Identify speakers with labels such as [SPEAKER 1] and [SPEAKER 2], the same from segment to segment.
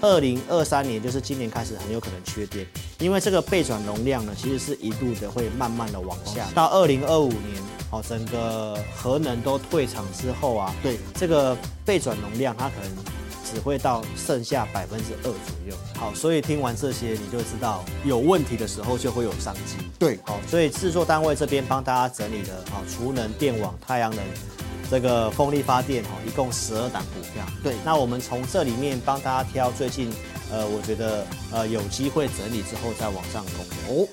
[SPEAKER 1] 二零二三年就是今年开始很有可能缺电，因为这个备转容量呢，其实是一度的会慢慢的往下，到二零二五年，哦，整个核能都退场之后啊，
[SPEAKER 2] 对，
[SPEAKER 1] 这个备转容量它可能只会到剩下百分之二左右。
[SPEAKER 3] 好，所以听完这些，你就知道有问题的时候就会有商机。
[SPEAKER 2] 对，
[SPEAKER 1] 好，所以制作单位这边帮大家整理了好储能、电网、太阳能、这个风力发电，哈，一共十二档股票。
[SPEAKER 2] 对
[SPEAKER 1] 那我们从这里面帮大家挑最近，呃，我觉得呃有机会整理之后再往上攻。
[SPEAKER 2] 哦，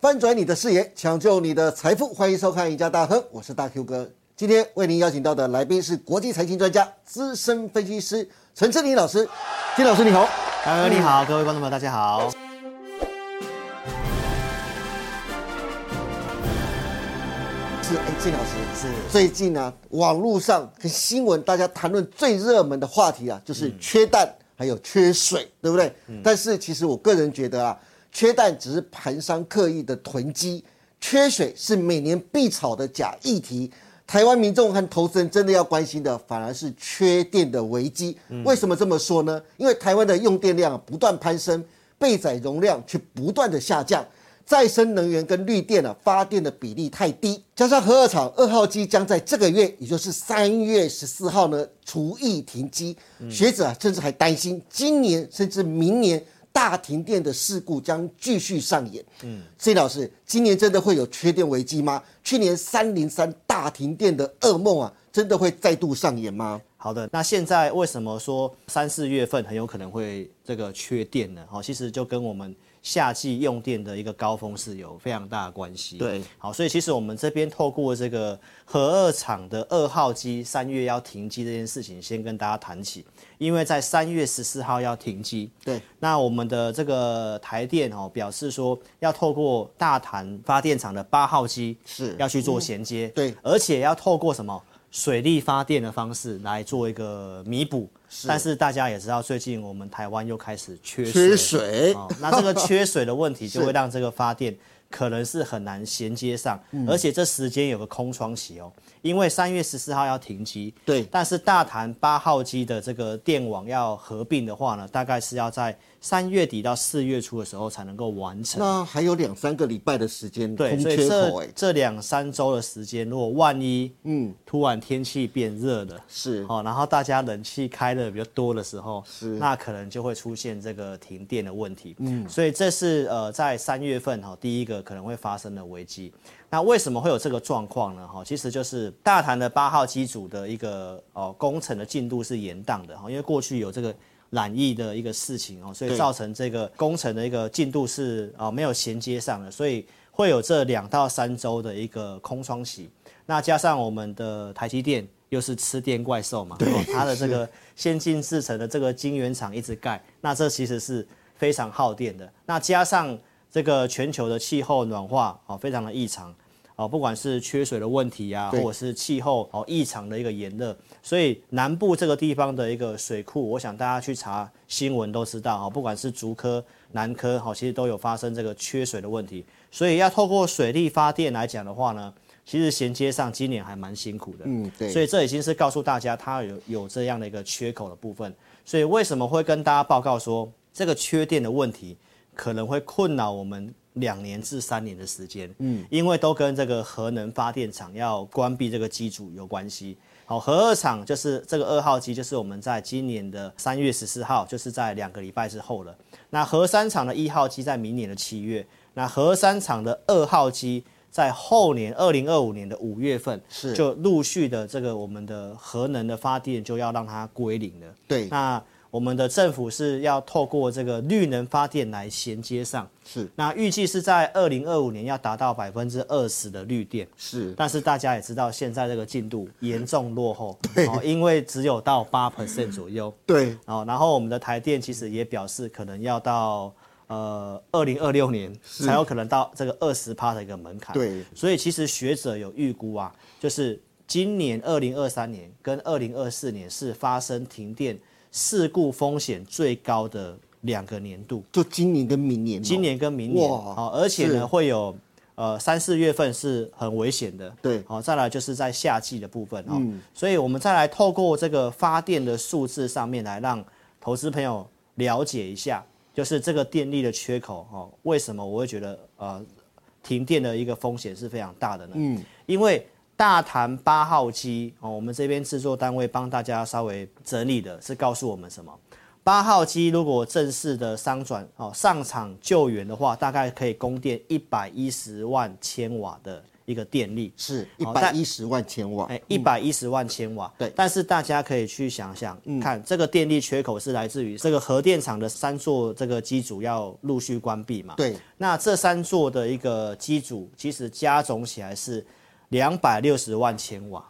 [SPEAKER 2] 翻转你的视野，抢救你的财富，欢迎收看《赢家大亨》，我是大 Q 哥。今天为您邀请到的来宾是国际财经专家、资深分析师陈志林老师。金老师你好。
[SPEAKER 1] 大哥你好，各位观众朋友大家好。
[SPEAKER 2] 是哎，郑老师
[SPEAKER 1] 是
[SPEAKER 2] 最近呢、网络上跟新闻大家谈论最热门的话题啊，就是缺蛋还有缺水，对不对？但是其实我个人觉得啊，缺蛋只是盘商刻意的囤积，缺水是每年必炒的假议题。台湾民众和投资人真的要关心的，反而是缺电的危机。为什么这么说呢？因为台湾的用电量啊不断攀升，备载容量却不断的下降。再生能源跟绿电啊发电的比例太低，加上核二厂二号机将在这个月，也就是三月十四号呢除役停机，学者啊甚至还担心今年甚至明年大停电的事故将继续上演。嗯，所以老师，今年真的会有缺电危机吗？去年三零三大停电的噩梦啊，真的会再度上演吗？
[SPEAKER 1] 好的，那现在为什么说三四月份很有可能会这个缺电呢？好，其实就跟我们夏季用电的一个高峰是有非常大的关系。
[SPEAKER 3] 对，
[SPEAKER 1] 好，所以其实我们这边透过这个核二厂的二号机三月要停机这件事情，先跟大家谈起，因为在三月十四号要停机。
[SPEAKER 2] 对，
[SPEAKER 1] 那我们的这个台电哦表示说，要透过大潭发电厂的八号机
[SPEAKER 2] 是
[SPEAKER 1] 要去做衔接，
[SPEAKER 2] 嗯对
[SPEAKER 1] 而且要透过什么水力发电的方式来做一个弥补。但是大家也知道，最近我们台湾又开始缺
[SPEAKER 2] 缺水
[SPEAKER 1] 哦，那这个缺水的问 题就会让这个发电可能是很难衔接上，
[SPEAKER 2] 嗯
[SPEAKER 1] 而且这时间有个空窗期哦，因为三月十四号要停机，
[SPEAKER 2] 对
[SPEAKER 1] 但是大潭八号机的这个电网要合并的话呢，大概是要在三月底到四月初的时候才能够完成。
[SPEAKER 2] 那还有两三个礼拜的时间
[SPEAKER 1] 对，
[SPEAKER 2] 空
[SPEAKER 1] 所以
[SPEAKER 2] 缺口、
[SPEAKER 1] 这
[SPEAKER 2] 哎，
[SPEAKER 1] 这两三周的时间，如果万一嗯突然天气变热了，
[SPEAKER 2] 是
[SPEAKER 1] 哦，然后大家冷气开的比较多的时候，
[SPEAKER 2] 是
[SPEAKER 1] 那可能就会出现这个停电的问题。嗯，所以这是呃在三月份哈、哦、第一个可能会发生的危机。那为什么会有这个状况呢？哈、哦，其实就是大潭的八号机组的一个哦工程的进度是延宕的哈、哦，因为过去有这个。染疫的一个事情哦，所以
[SPEAKER 2] 对
[SPEAKER 1] 造成这个工程的一个进度是啊、哦、没有衔接上的，所以会有这两到三周的一个空窗期。那加上我们的台积电又是吃电怪兽嘛，对，它的这个先进制程的这个晶圆厂一直盖，那这其实是非常耗电的。那加上这个全球的气候暖化哦，非常的异常。哦，不管是缺水的问题啊，或
[SPEAKER 2] 对
[SPEAKER 1] 者是气候哦异常的一个炎热，所以南部这个地方的一个水库，我想大家去查新闻都知道哦，不管是竹科、南科哦，其实都有发生这个缺水的问题，所以要透过水力发电来讲的话呢，其实衔接上今年还蛮辛苦的，
[SPEAKER 2] 嗯对
[SPEAKER 1] 所以这已经是告诉大家它有有这样的一个缺口的部分，所以为什么会跟大家报告说这个缺电的问题可能会困扰我们两年至三年的时间，嗯，因为都跟这个核能发电厂要关闭这个机组有关系。好，核二厂就是这个二号机，就是我们在今年的三月十四号，就是在两个礼拜之后了。那核三厂的一号机在明年的七月，那核三厂的二号机在后年二零二五年的五月份，
[SPEAKER 2] 是
[SPEAKER 1] 就陆续的这个我们的核能的发电就要让它归零了。
[SPEAKER 2] 对，
[SPEAKER 1] 那我们的政府是要透过这个绿能发电来衔接上，
[SPEAKER 2] 是
[SPEAKER 1] 那预计是在二零二五年要达到百分之二十的绿电。
[SPEAKER 2] 是
[SPEAKER 1] 但是大家也知道，现在这个进度严重落后，哦，因为只有到八 percent 左右。
[SPEAKER 2] 对，
[SPEAKER 1] 哦，然后我们的台电其实也表示，可能要到呃二零二六年才有可能到这个二十趴的一个门槛。
[SPEAKER 2] 对
[SPEAKER 1] 所以其实学者有预估啊，就是今年二零二三年跟二零二四年是发生停电事故风险最高的两个年度，
[SPEAKER 2] 就今年跟明年哦，
[SPEAKER 1] 今年跟明年。
[SPEAKER 2] 哇
[SPEAKER 1] 好、而且
[SPEAKER 2] 是
[SPEAKER 1] 呢会有呃三四月份是很危险的。
[SPEAKER 2] 对嗯
[SPEAKER 1] 好、再来就是在夏季的部分哦。所以我们再来透过这个发电的数字上面来让投资朋友了解一下，就是这个电力的缺口哦，为什么我会觉得呃停电的一个风险是非常大的呢？嗯，因为大潭八号机哦，我们这边制作单位帮大家稍微整理的是告诉我们什么？八号机如果正式的商转哦上场救援的话，大概可以供电一百一十万千瓦的一个电力，
[SPEAKER 2] 是一
[SPEAKER 1] 好
[SPEAKER 2] 百
[SPEAKER 1] 但
[SPEAKER 2] 一十万千瓦，
[SPEAKER 1] 哎，一百一十万千瓦。
[SPEAKER 2] 嗯对
[SPEAKER 1] 但是大家可以去想想，看这个电力缺口是来自于这个核电厂的三座这个机组要陆续关闭嘛？
[SPEAKER 2] 对，
[SPEAKER 1] 那这三座的一个机组，其实加总起来是两百六十万千瓦，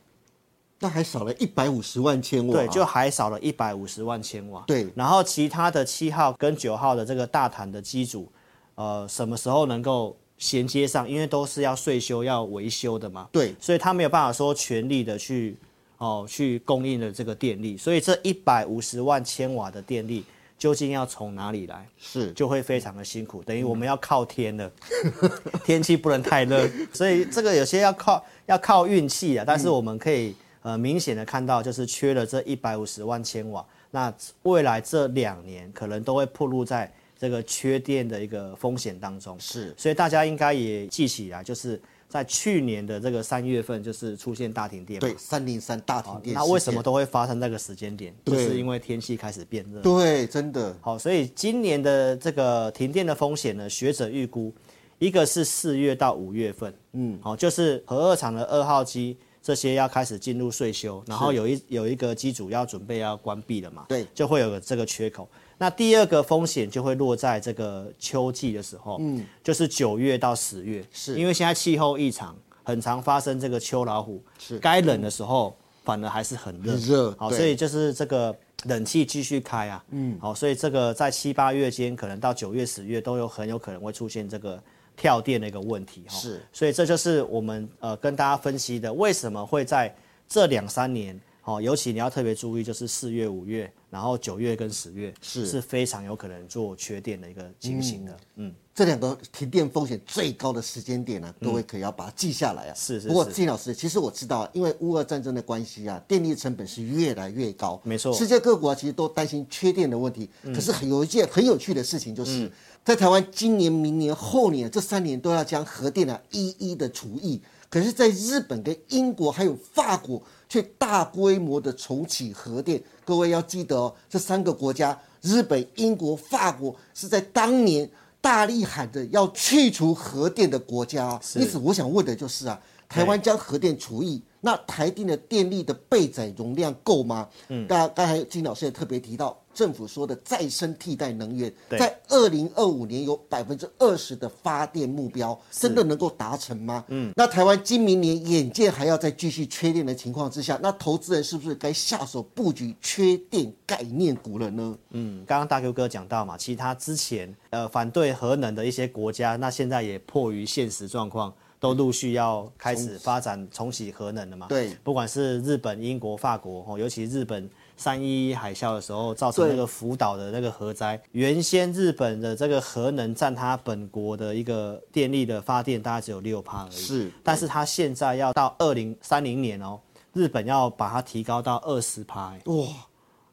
[SPEAKER 2] 那还少了一百五十万千瓦啊，
[SPEAKER 1] 对，就还少了一百五十万千瓦。
[SPEAKER 2] 对
[SPEAKER 1] 然后其他的七号跟九号的这个大潭的机组，呃，什么时候能够衔接上？因为都是要税修、要维修的嘛。
[SPEAKER 2] 对
[SPEAKER 1] 所以他没有办法说全力的去哦去供应了这个电力，所以这一百五十万千瓦的电力究竟要从哪里来？
[SPEAKER 2] 是
[SPEAKER 1] 就会非常的辛苦，等于我们要靠天了， 天气不能太热， 所以这个有些要靠要靠运气啊。但是我们可以呃明显的看到，就是缺了这一百五十万千瓦，那未来这两年可能都会暴露在这个缺电的一个风险当中。
[SPEAKER 2] 是
[SPEAKER 1] 所以大家应该也记起来，就是在去年的这个三月份，就是出现大停电嘛。
[SPEAKER 2] 对三零三大停电事件，
[SPEAKER 1] 那为什么都会发生那个时间点？就
[SPEAKER 2] 对
[SPEAKER 1] 是因为天气开始变热。
[SPEAKER 2] 对真的
[SPEAKER 1] 好，所以今年的这个停电的风险呢，学者预估，一个是四月到五月份，嗯，好、就是核二厂的二号机这些要开始进入税修，然后有一有一个机组要准备要关闭了嘛，
[SPEAKER 2] 对
[SPEAKER 1] 就会有个这个缺口。那第二个风险就会落在这个秋季的时候，嗯，就是九月到十月，
[SPEAKER 2] 是
[SPEAKER 1] 因为现在气候异常，很常发生这个秋老虎，
[SPEAKER 2] 是
[SPEAKER 1] 该冷的时候反而还是很热，
[SPEAKER 2] 很热
[SPEAKER 1] 好，
[SPEAKER 2] 对
[SPEAKER 1] 所以就是这个冷气继续开啊，嗯，好，所以这个在七八月间，可能到九月、十月都有很有可能会出现这个跳电的一个问题哈、
[SPEAKER 2] 是，
[SPEAKER 1] 所以这就是我们呃跟大家分析的，为什么会在这两三年，哦，尤其你要特别注意就是四月、五月，然后九月跟十月
[SPEAKER 2] 是
[SPEAKER 1] 是非常有可能做缺电的一个情形的，嗯，
[SPEAKER 2] 这两个停电风险最高的时间点呢、啊各位可以要把它记下来啊。
[SPEAKER 1] 是是
[SPEAKER 2] 不过
[SPEAKER 1] 是
[SPEAKER 2] 金老师，其实我知道啊，因为乌俄战争的关系啊，电力成本是越来越高。
[SPEAKER 1] 没错嗯
[SPEAKER 2] 世界各国啊其实都担心缺电的问题。可是很有一件很有趣的事情，就是、在台湾今年、明年、后年这三年都要将核电啊一一的除役。可是，在日本、跟英国还有法国却大规模的重启核电。各位要记得哦，这三个国家，日本、英国、法国是在当年大力喊着要去除核电的国家、啊。因此，我想问的就是啊，台湾将核电除役，那台电的电力的备载容量够吗？嗯，那刚才金老师也特别提到，政府说的再生替代能源，
[SPEAKER 1] 对
[SPEAKER 2] 在二零二五年有百分之二十的发电目标，真的能够达成吗？嗯，那台湾今明年眼见还要再继续缺电的情况之下，那投资人是不是该下手布局缺电概念股了呢？
[SPEAKER 1] 嗯，刚刚大 Q 哥讲到嘛，其他之前呃反对核能的一些国家，那现在也迫于现实状况，都陆续要开始发展重启核能了嘛。
[SPEAKER 2] 对
[SPEAKER 1] 不管是日本、英国、法国，哦，尤其日本三一一海啸的时候造成那
[SPEAKER 2] 对
[SPEAKER 1] 个福岛的那个核灾，原先日本的这个核能占它本国的一个电力的发电大概只有六趴而已。
[SPEAKER 2] 是
[SPEAKER 1] 但是它现在要到二零三零年哦，日本要把它提高到二十趴。欸
[SPEAKER 2] 哇，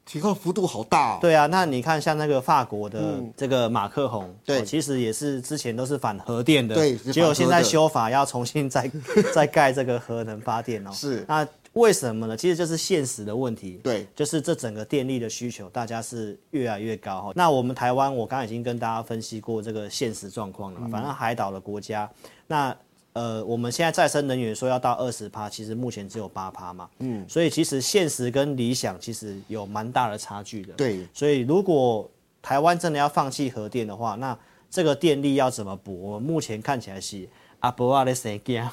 [SPEAKER 2] 提高幅度好大、哦。
[SPEAKER 1] 对啊，那你看像那个法国的这个马克宏，
[SPEAKER 2] 嗯对
[SPEAKER 1] 哦其实也是之前都是反核电的，
[SPEAKER 2] 对是
[SPEAKER 1] 结
[SPEAKER 2] 反核
[SPEAKER 1] 果
[SPEAKER 2] 的
[SPEAKER 1] 现在修法要重新 再再盖这个核能发电哦。
[SPEAKER 2] 是
[SPEAKER 1] 那为什么呢？其实就是现实的问题。
[SPEAKER 2] 对
[SPEAKER 1] 就是这整个电力的需求，大家是越来越高哈。那我们台湾，我刚刚已经跟大家分析过这个现实状况
[SPEAKER 2] 嗯
[SPEAKER 1] 了嘛。反正海岛的国家，那呃，我们现在再生能源说要到二十趴，其实目前只有八趴嘛。嗯，所以其实现实跟理想其实有蛮大的差距的。
[SPEAKER 2] 对
[SPEAKER 1] 所以如果台湾真的要放弃核电的话，那这个电力要怎么补？我们目前看起来是阿伯啊的谁 家，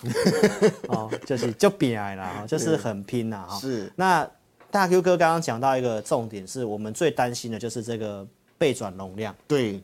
[SPEAKER 1] 哦，就是就拼来啦，哦就是很拼啦哈。
[SPEAKER 2] 是
[SPEAKER 1] 那大 Q 哥刚刚讲到一个重点，是我们最担心的就是这个备转容量，
[SPEAKER 2] 对，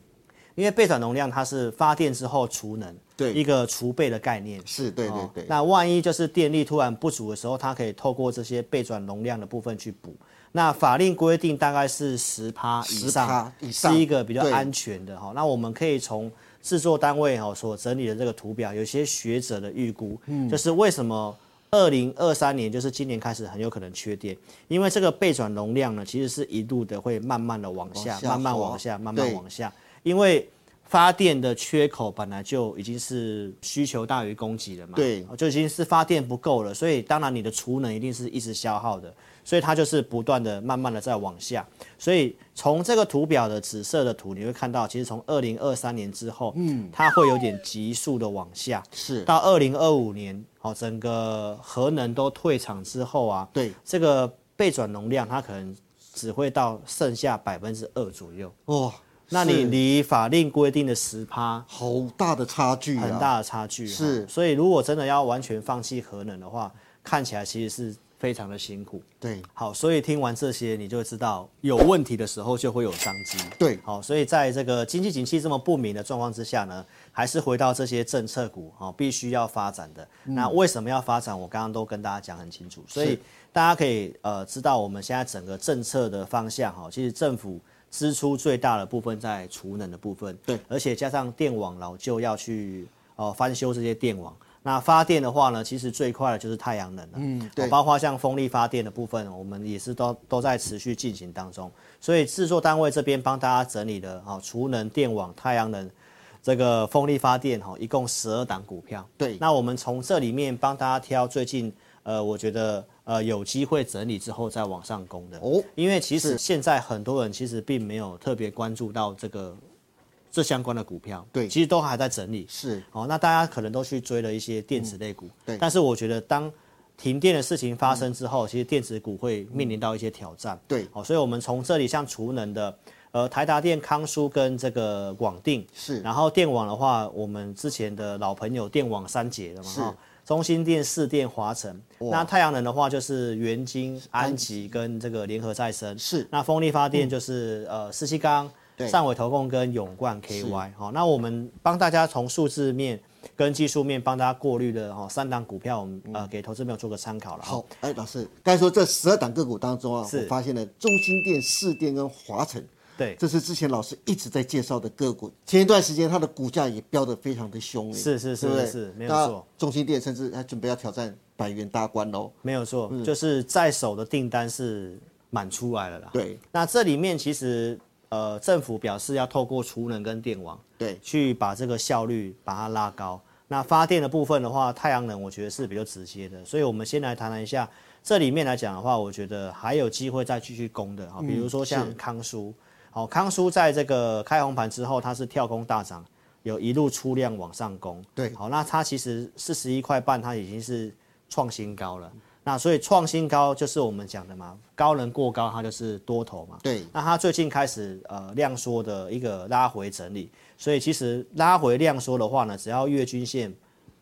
[SPEAKER 1] 因为备转容量它是发电之后储能，
[SPEAKER 2] 对
[SPEAKER 1] 一个储备的概念。
[SPEAKER 2] 是，对对
[SPEAKER 1] 哦
[SPEAKER 2] 对，
[SPEAKER 1] 那万一就是电力突然不足的时候，它可以透过这些备转容量的部分去补。那法令规定大概是十趴以上，
[SPEAKER 2] 10%以上
[SPEAKER 1] 是一个比较
[SPEAKER 2] 对
[SPEAKER 1] 安全的哈。那我们可以从制作单位哈所整理的这个图表，有些学者的预估，
[SPEAKER 2] 嗯
[SPEAKER 1] 就是为什么二零二三年就是今年开始很有可能缺电，因为这个备转容量呢，其实是一路的会慢慢的往下
[SPEAKER 2] 往，下
[SPEAKER 1] 慢慢
[SPEAKER 2] 滑
[SPEAKER 1] 往下，慢慢
[SPEAKER 2] 对
[SPEAKER 1] 往下，因为。发电的缺口本来就已经是需求大于供给了嘛，哦
[SPEAKER 2] 对
[SPEAKER 1] 就已经是发电不够了，所以当然你的储能一定是一直消耗的，所以它就是不断的、慢慢的在往下。所以从这个图表的紫色的图，你会看到，其实从二零二三年之后，嗯，它会有点急速的往下，
[SPEAKER 2] 是
[SPEAKER 1] 到二零二五年，哦，整个核能都退场之后啊，
[SPEAKER 2] 对，
[SPEAKER 1] 这个备转容量它可能只会到剩下百分之二左右，
[SPEAKER 2] 哇，
[SPEAKER 1] 那你
[SPEAKER 2] 是
[SPEAKER 1] 离法令规定的十趴
[SPEAKER 2] 好大的差距啊，
[SPEAKER 1] 很大的差距哈。
[SPEAKER 2] 是
[SPEAKER 1] 所以如果真的要完全放弃核能的话，看起来其实是非常的辛苦。
[SPEAKER 2] 对
[SPEAKER 1] 好，所以听完这些，你就知道有问题的时候就会有商机。
[SPEAKER 2] 对
[SPEAKER 1] 好，所以在这个经济景气这么不明的状况之下呢，还是回到这些政策股哦，必须要发展的。
[SPEAKER 2] 嗯
[SPEAKER 1] 那为什么要发展？我刚刚都跟大家讲很清楚，所以大家可以呃知道我们现在整个政策的方向哈、哦，其实政府。支出最大的部分在储能的部分，
[SPEAKER 2] 对
[SPEAKER 1] 而且加上电网老旧要去呃翻修这些电网。那发电的话呢，其实最快的就是太阳能了，嗯，
[SPEAKER 2] 对
[SPEAKER 1] 包括像风力发电的部分，我们也是都都在持续进行当中。所以制作单位这边帮大家整理了哦，储能、电网、太阳能、这个风力发电哈、哦，一共十二档股票。
[SPEAKER 2] 对
[SPEAKER 1] 那我们从这里面帮大家挑最近呃，我觉得呃有机会整理之后再往上攻的
[SPEAKER 2] 哦
[SPEAKER 1] 因为其实现在很多人其实并没有特别关注到这个这相关的股票，
[SPEAKER 2] 对
[SPEAKER 1] 其实都还在整理。
[SPEAKER 2] 是
[SPEAKER 1] 哦，那大家可能都去追了一些电子类股，
[SPEAKER 2] 嗯对嗯
[SPEAKER 1] 但是我觉得当停电的事情发生之后，其实电子股会面临到一些挑战。
[SPEAKER 2] 对
[SPEAKER 1] 哦，所以我们从这里像储能的，呃，台达电、康舒跟这个广定，
[SPEAKER 2] 是
[SPEAKER 1] 然后电网的话，我们之前的老朋友电网三杰了嘛，
[SPEAKER 2] 是
[SPEAKER 1] 哈中兴电、市电、华晨。那太阳能的话，就是元晶、安吉跟这个联合再生。
[SPEAKER 2] 是
[SPEAKER 1] 那风力发电就是、呃四七钢、上尾投控跟永冠 KY。好、那我们帮大家从数字面。跟技术面帮大家过滤的哈、哦、三档股票，我们呃给投资朋友做个参考了。
[SPEAKER 2] 好，，哎，老师，刚才说这十二档个股当中啊，
[SPEAKER 1] 是
[SPEAKER 2] 我发现了中兴电、市电跟华晨，
[SPEAKER 1] 对
[SPEAKER 2] 这是之前老师一直在介绍的个股。前一段时间它的股价也飙得非常的凶，哎
[SPEAKER 1] 是是是
[SPEAKER 2] 对不对
[SPEAKER 1] 是是没有
[SPEAKER 2] 那
[SPEAKER 1] 错
[SPEAKER 2] 中兴电甚至还准备要挑战百元大关哦喽。
[SPEAKER 1] 没有错，
[SPEAKER 2] 嗯
[SPEAKER 1] 就是在手的订单是满出来了啦。
[SPEAKER 2] 对
[SPEAKER 1] 那这里面其实呃，政府表示要透过储能跟电网，
[SPEAKER 2] 对，
[SPEAKER 1] 去把这个效率把它拉高。那发电的部分的话，太阳能我觉得是比较直接的，所以我们先来谈谈一下这里面来讲的话，我觉得还有机会再继续攻的哈，比如说像康舒，好、康舒在这个开红盘之后，它是跳空大涨，有一路出量往上攻，
[SPEAKER 2] 对
[SPEAKER 1] 好，那它其实四十一块半，它已经是创新高了。那所以创新高就是我们讲的嘛，高能过高它就是多头嘛。
[SPEAKER 2] 对
[SPEAKER 1] 那它最近开始呃量缩的一个拉回整理，所以其实拉回量缩的话呢，只要月均线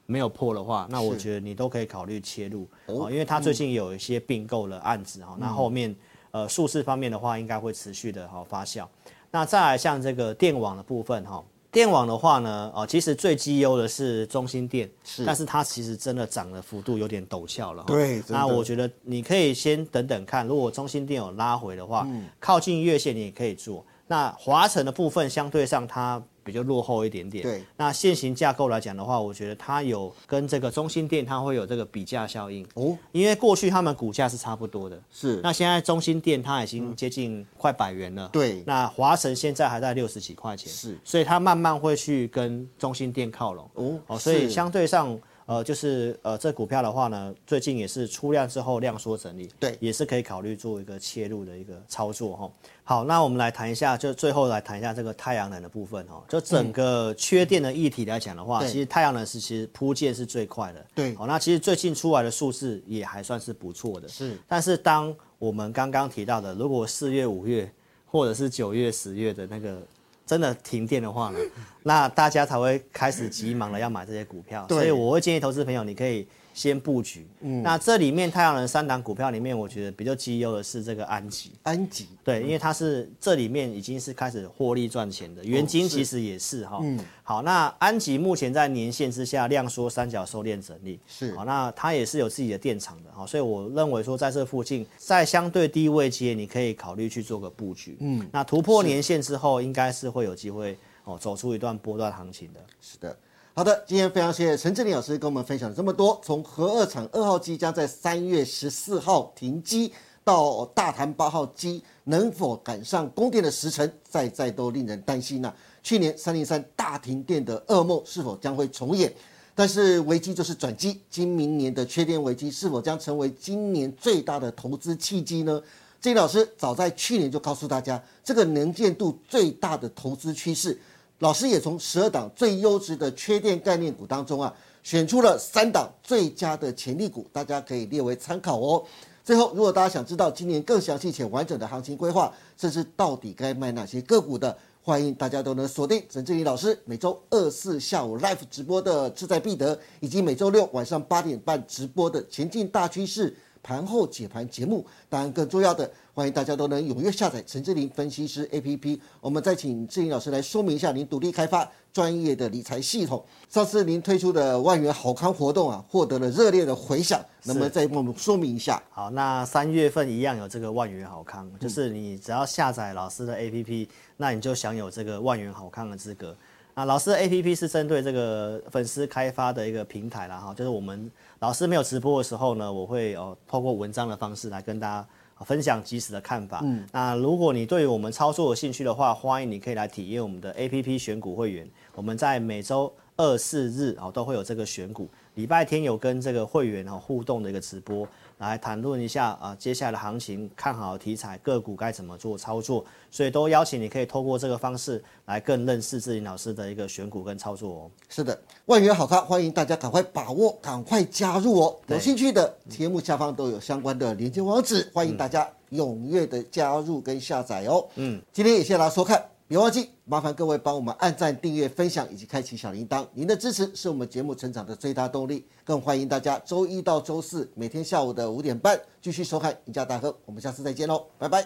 [SPEAKER 1] 没有破的话，那我觉得你都可以考虑切入哦，因为它最近有一些并购的案子哈、哦
[SPEAKER 2] 嗯
[SPEAKER 1] 那后面呃数字方面的话，应该会持续的哈、发酵。那再来像这个电网的部分哈、电网的话呢，哦，其实最绩优的是中兴电，
[SPEAKER 2] 是
[SPEAKER 1] 但是它其实真的涨的幅度有点陡峭了哈、哦
[SPEAKER 2] 对真的
[SPEAKER 1] 那我觉得你可以先等等看，如果中兴电有拉回的话，
[SPEAKER 2] 嗯
[SPEAKER 1] 靠近月线你也可以做。那华晨的部分相对上它比较落后一点点，
[SPEAKER 2] 对
[SPEAKER 1] 那现行架构来讲的话，我觉得它有跟这个中心店，它会有这个比价效应
[SPEAKER 2] 哦，
[SPEAKER 1] 因为过去他们股价是差不多的。
[SPEAKER 2] 是嗯
[SPEAKER 1] 那现在中心店它已经接近快百元了，
[SPEAKER 2] 对
[SPEAKER 1] 那华晨现在还在六十几块钱，
[SPEAKER 2] 是
[SPEAKER 1] 所以它慢慢会去跟中心店靠拢。
[SPEAKER 2] 哦
[SPEAKER 1] 所以
[SPEAKER 2] 是
[SPEAKER 1] 相对上，呃，就是呃，这股票的话呢，最近也是出量之后量缩整理，
[SPEAKER 2] 对
[SPEAKER 1] 也是可以考虑做一个切入的一个操作哈。好，那我们来谈一下，就最后来谈一下这个太阳能的部分哈。就整个缺电的议题来讲的话，
[SPEAKER 2] 嗯对
[SPEAKER 1] 其实太阳能是其实铺建是最快的，
[SPEAKER 2] 对
[SPEAKER 1] 好，那其实最近出来的数字也还算是不错的，
[SPEAKER 2] 是。
[SPEAKER 1] 但是当我们刚刚提到的，如果四月、五月或者是九月、十月的那个真的停电的话呢，那大家才会开始急忙的要买这些股票。
[SPEAKER 2] 对
[SPEAKER 1] 所以我会建议投资朋友，你可以先布局。那这里面太阳能三档股票里面，我觉得比较绩优的是这个安吉。
[SPEAKER 2] 安吉
[SPEAKER 1] 对，因为它是这里面已经是开始获利赚钱的，元金其实也哦是嗯哈。好，那安吉目前在年线之下量缩三角收敛整理，
[SPEAKER 2] 是
[SPEAKER 1] 好，那它也是有自己的电厂的，好，所以我认为说在这附近，在相对低位阶，你可以考虑去做个布局。嗯，那突破年线之后，应该是会有机会哦，走出一段波段行情的。
[SPEAKER 2] 是的。好的，今天非常谢谢陈志玲老师跟我们分享了这么多，从核二厂二号机将在三月十四号停机到大潭八号机能否赶上供电的时程，再再都令人担心呐、去年三零三大停电的噩梦是否将会重演？但是危机就是转机，今明年的缺电危机是否将成为今年最大的投资契机呢？这老师早在去年就告诉大家，这个能见度最大的投资趋势，老师也从十二档最优质的缺电概念股当中啊，选出了三档最佳的潜力股，大家可以列为参考哦。最后，如果大家想知道今年更详细且完整的行情规划，甚至到底该买哪些个股的，欢迎大家都能锁定陈志林老师每周二四下午 live 直播的《志在必得》，以及每周六晚上八点半直播的《前进大趋势》盘后解盘节目。当然，更重要的，欢迎大家都能踊跃下载陈志林分析师 APP。我们再请志林老师来说明一下您独立开发专业的理财系统。上次您推出的万元好康活动啊，获得了热烈的回响，能不能再帮我们说明一下？
[SPEAKER 1] 好，那三月份一样有这个万元好康，就是你只要下载老师的 APP，那你就享有这个万元好康的资格。啊，老师的 APP 是针对这个粉丝开发的一个平台啦，哈，就是我们老师没有直播的时候呢，我会哦透过文章的方式来跟大家呃分享即时的看法。嗯，那如果你对于我们操作有兴趣的话，欢迎你可以来体验我们的 APP 选股会员。我们在每周二、四日哦都会有这个选股，礼拜天有跟这个会员哦互动的一个直播，来谈论一下啊接下来的行情、看好的题材、个股该怎么做操作，所以都邀请你可以透过这个方式来更认识志林老师的一个选股跟操作哦。
[SPEAKER 2] 是的，万元好康，欢迎大家赶快把握，赶快加入哦！有兴趣的节目下方都有相关的连接网址，欢迎大家踊跃的加入跟下载哦。嗯，今天也谢谢大家收看，别忘记麻烦各位帮我们按赞、订阅、分享以及开启小铃铛，您的支持是我们节目成长的最大动力。更欢迎大家周一到周四每天下午的五点半继续收看《赢家大亨》，我们下次再见喽，拜拜。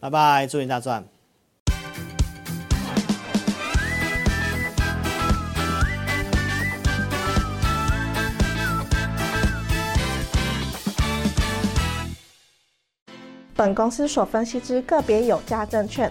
[SPEAKER 1] 拜拜，祝你大赚！
[SPEAKER 4] 本公司所分析之个别有价证券，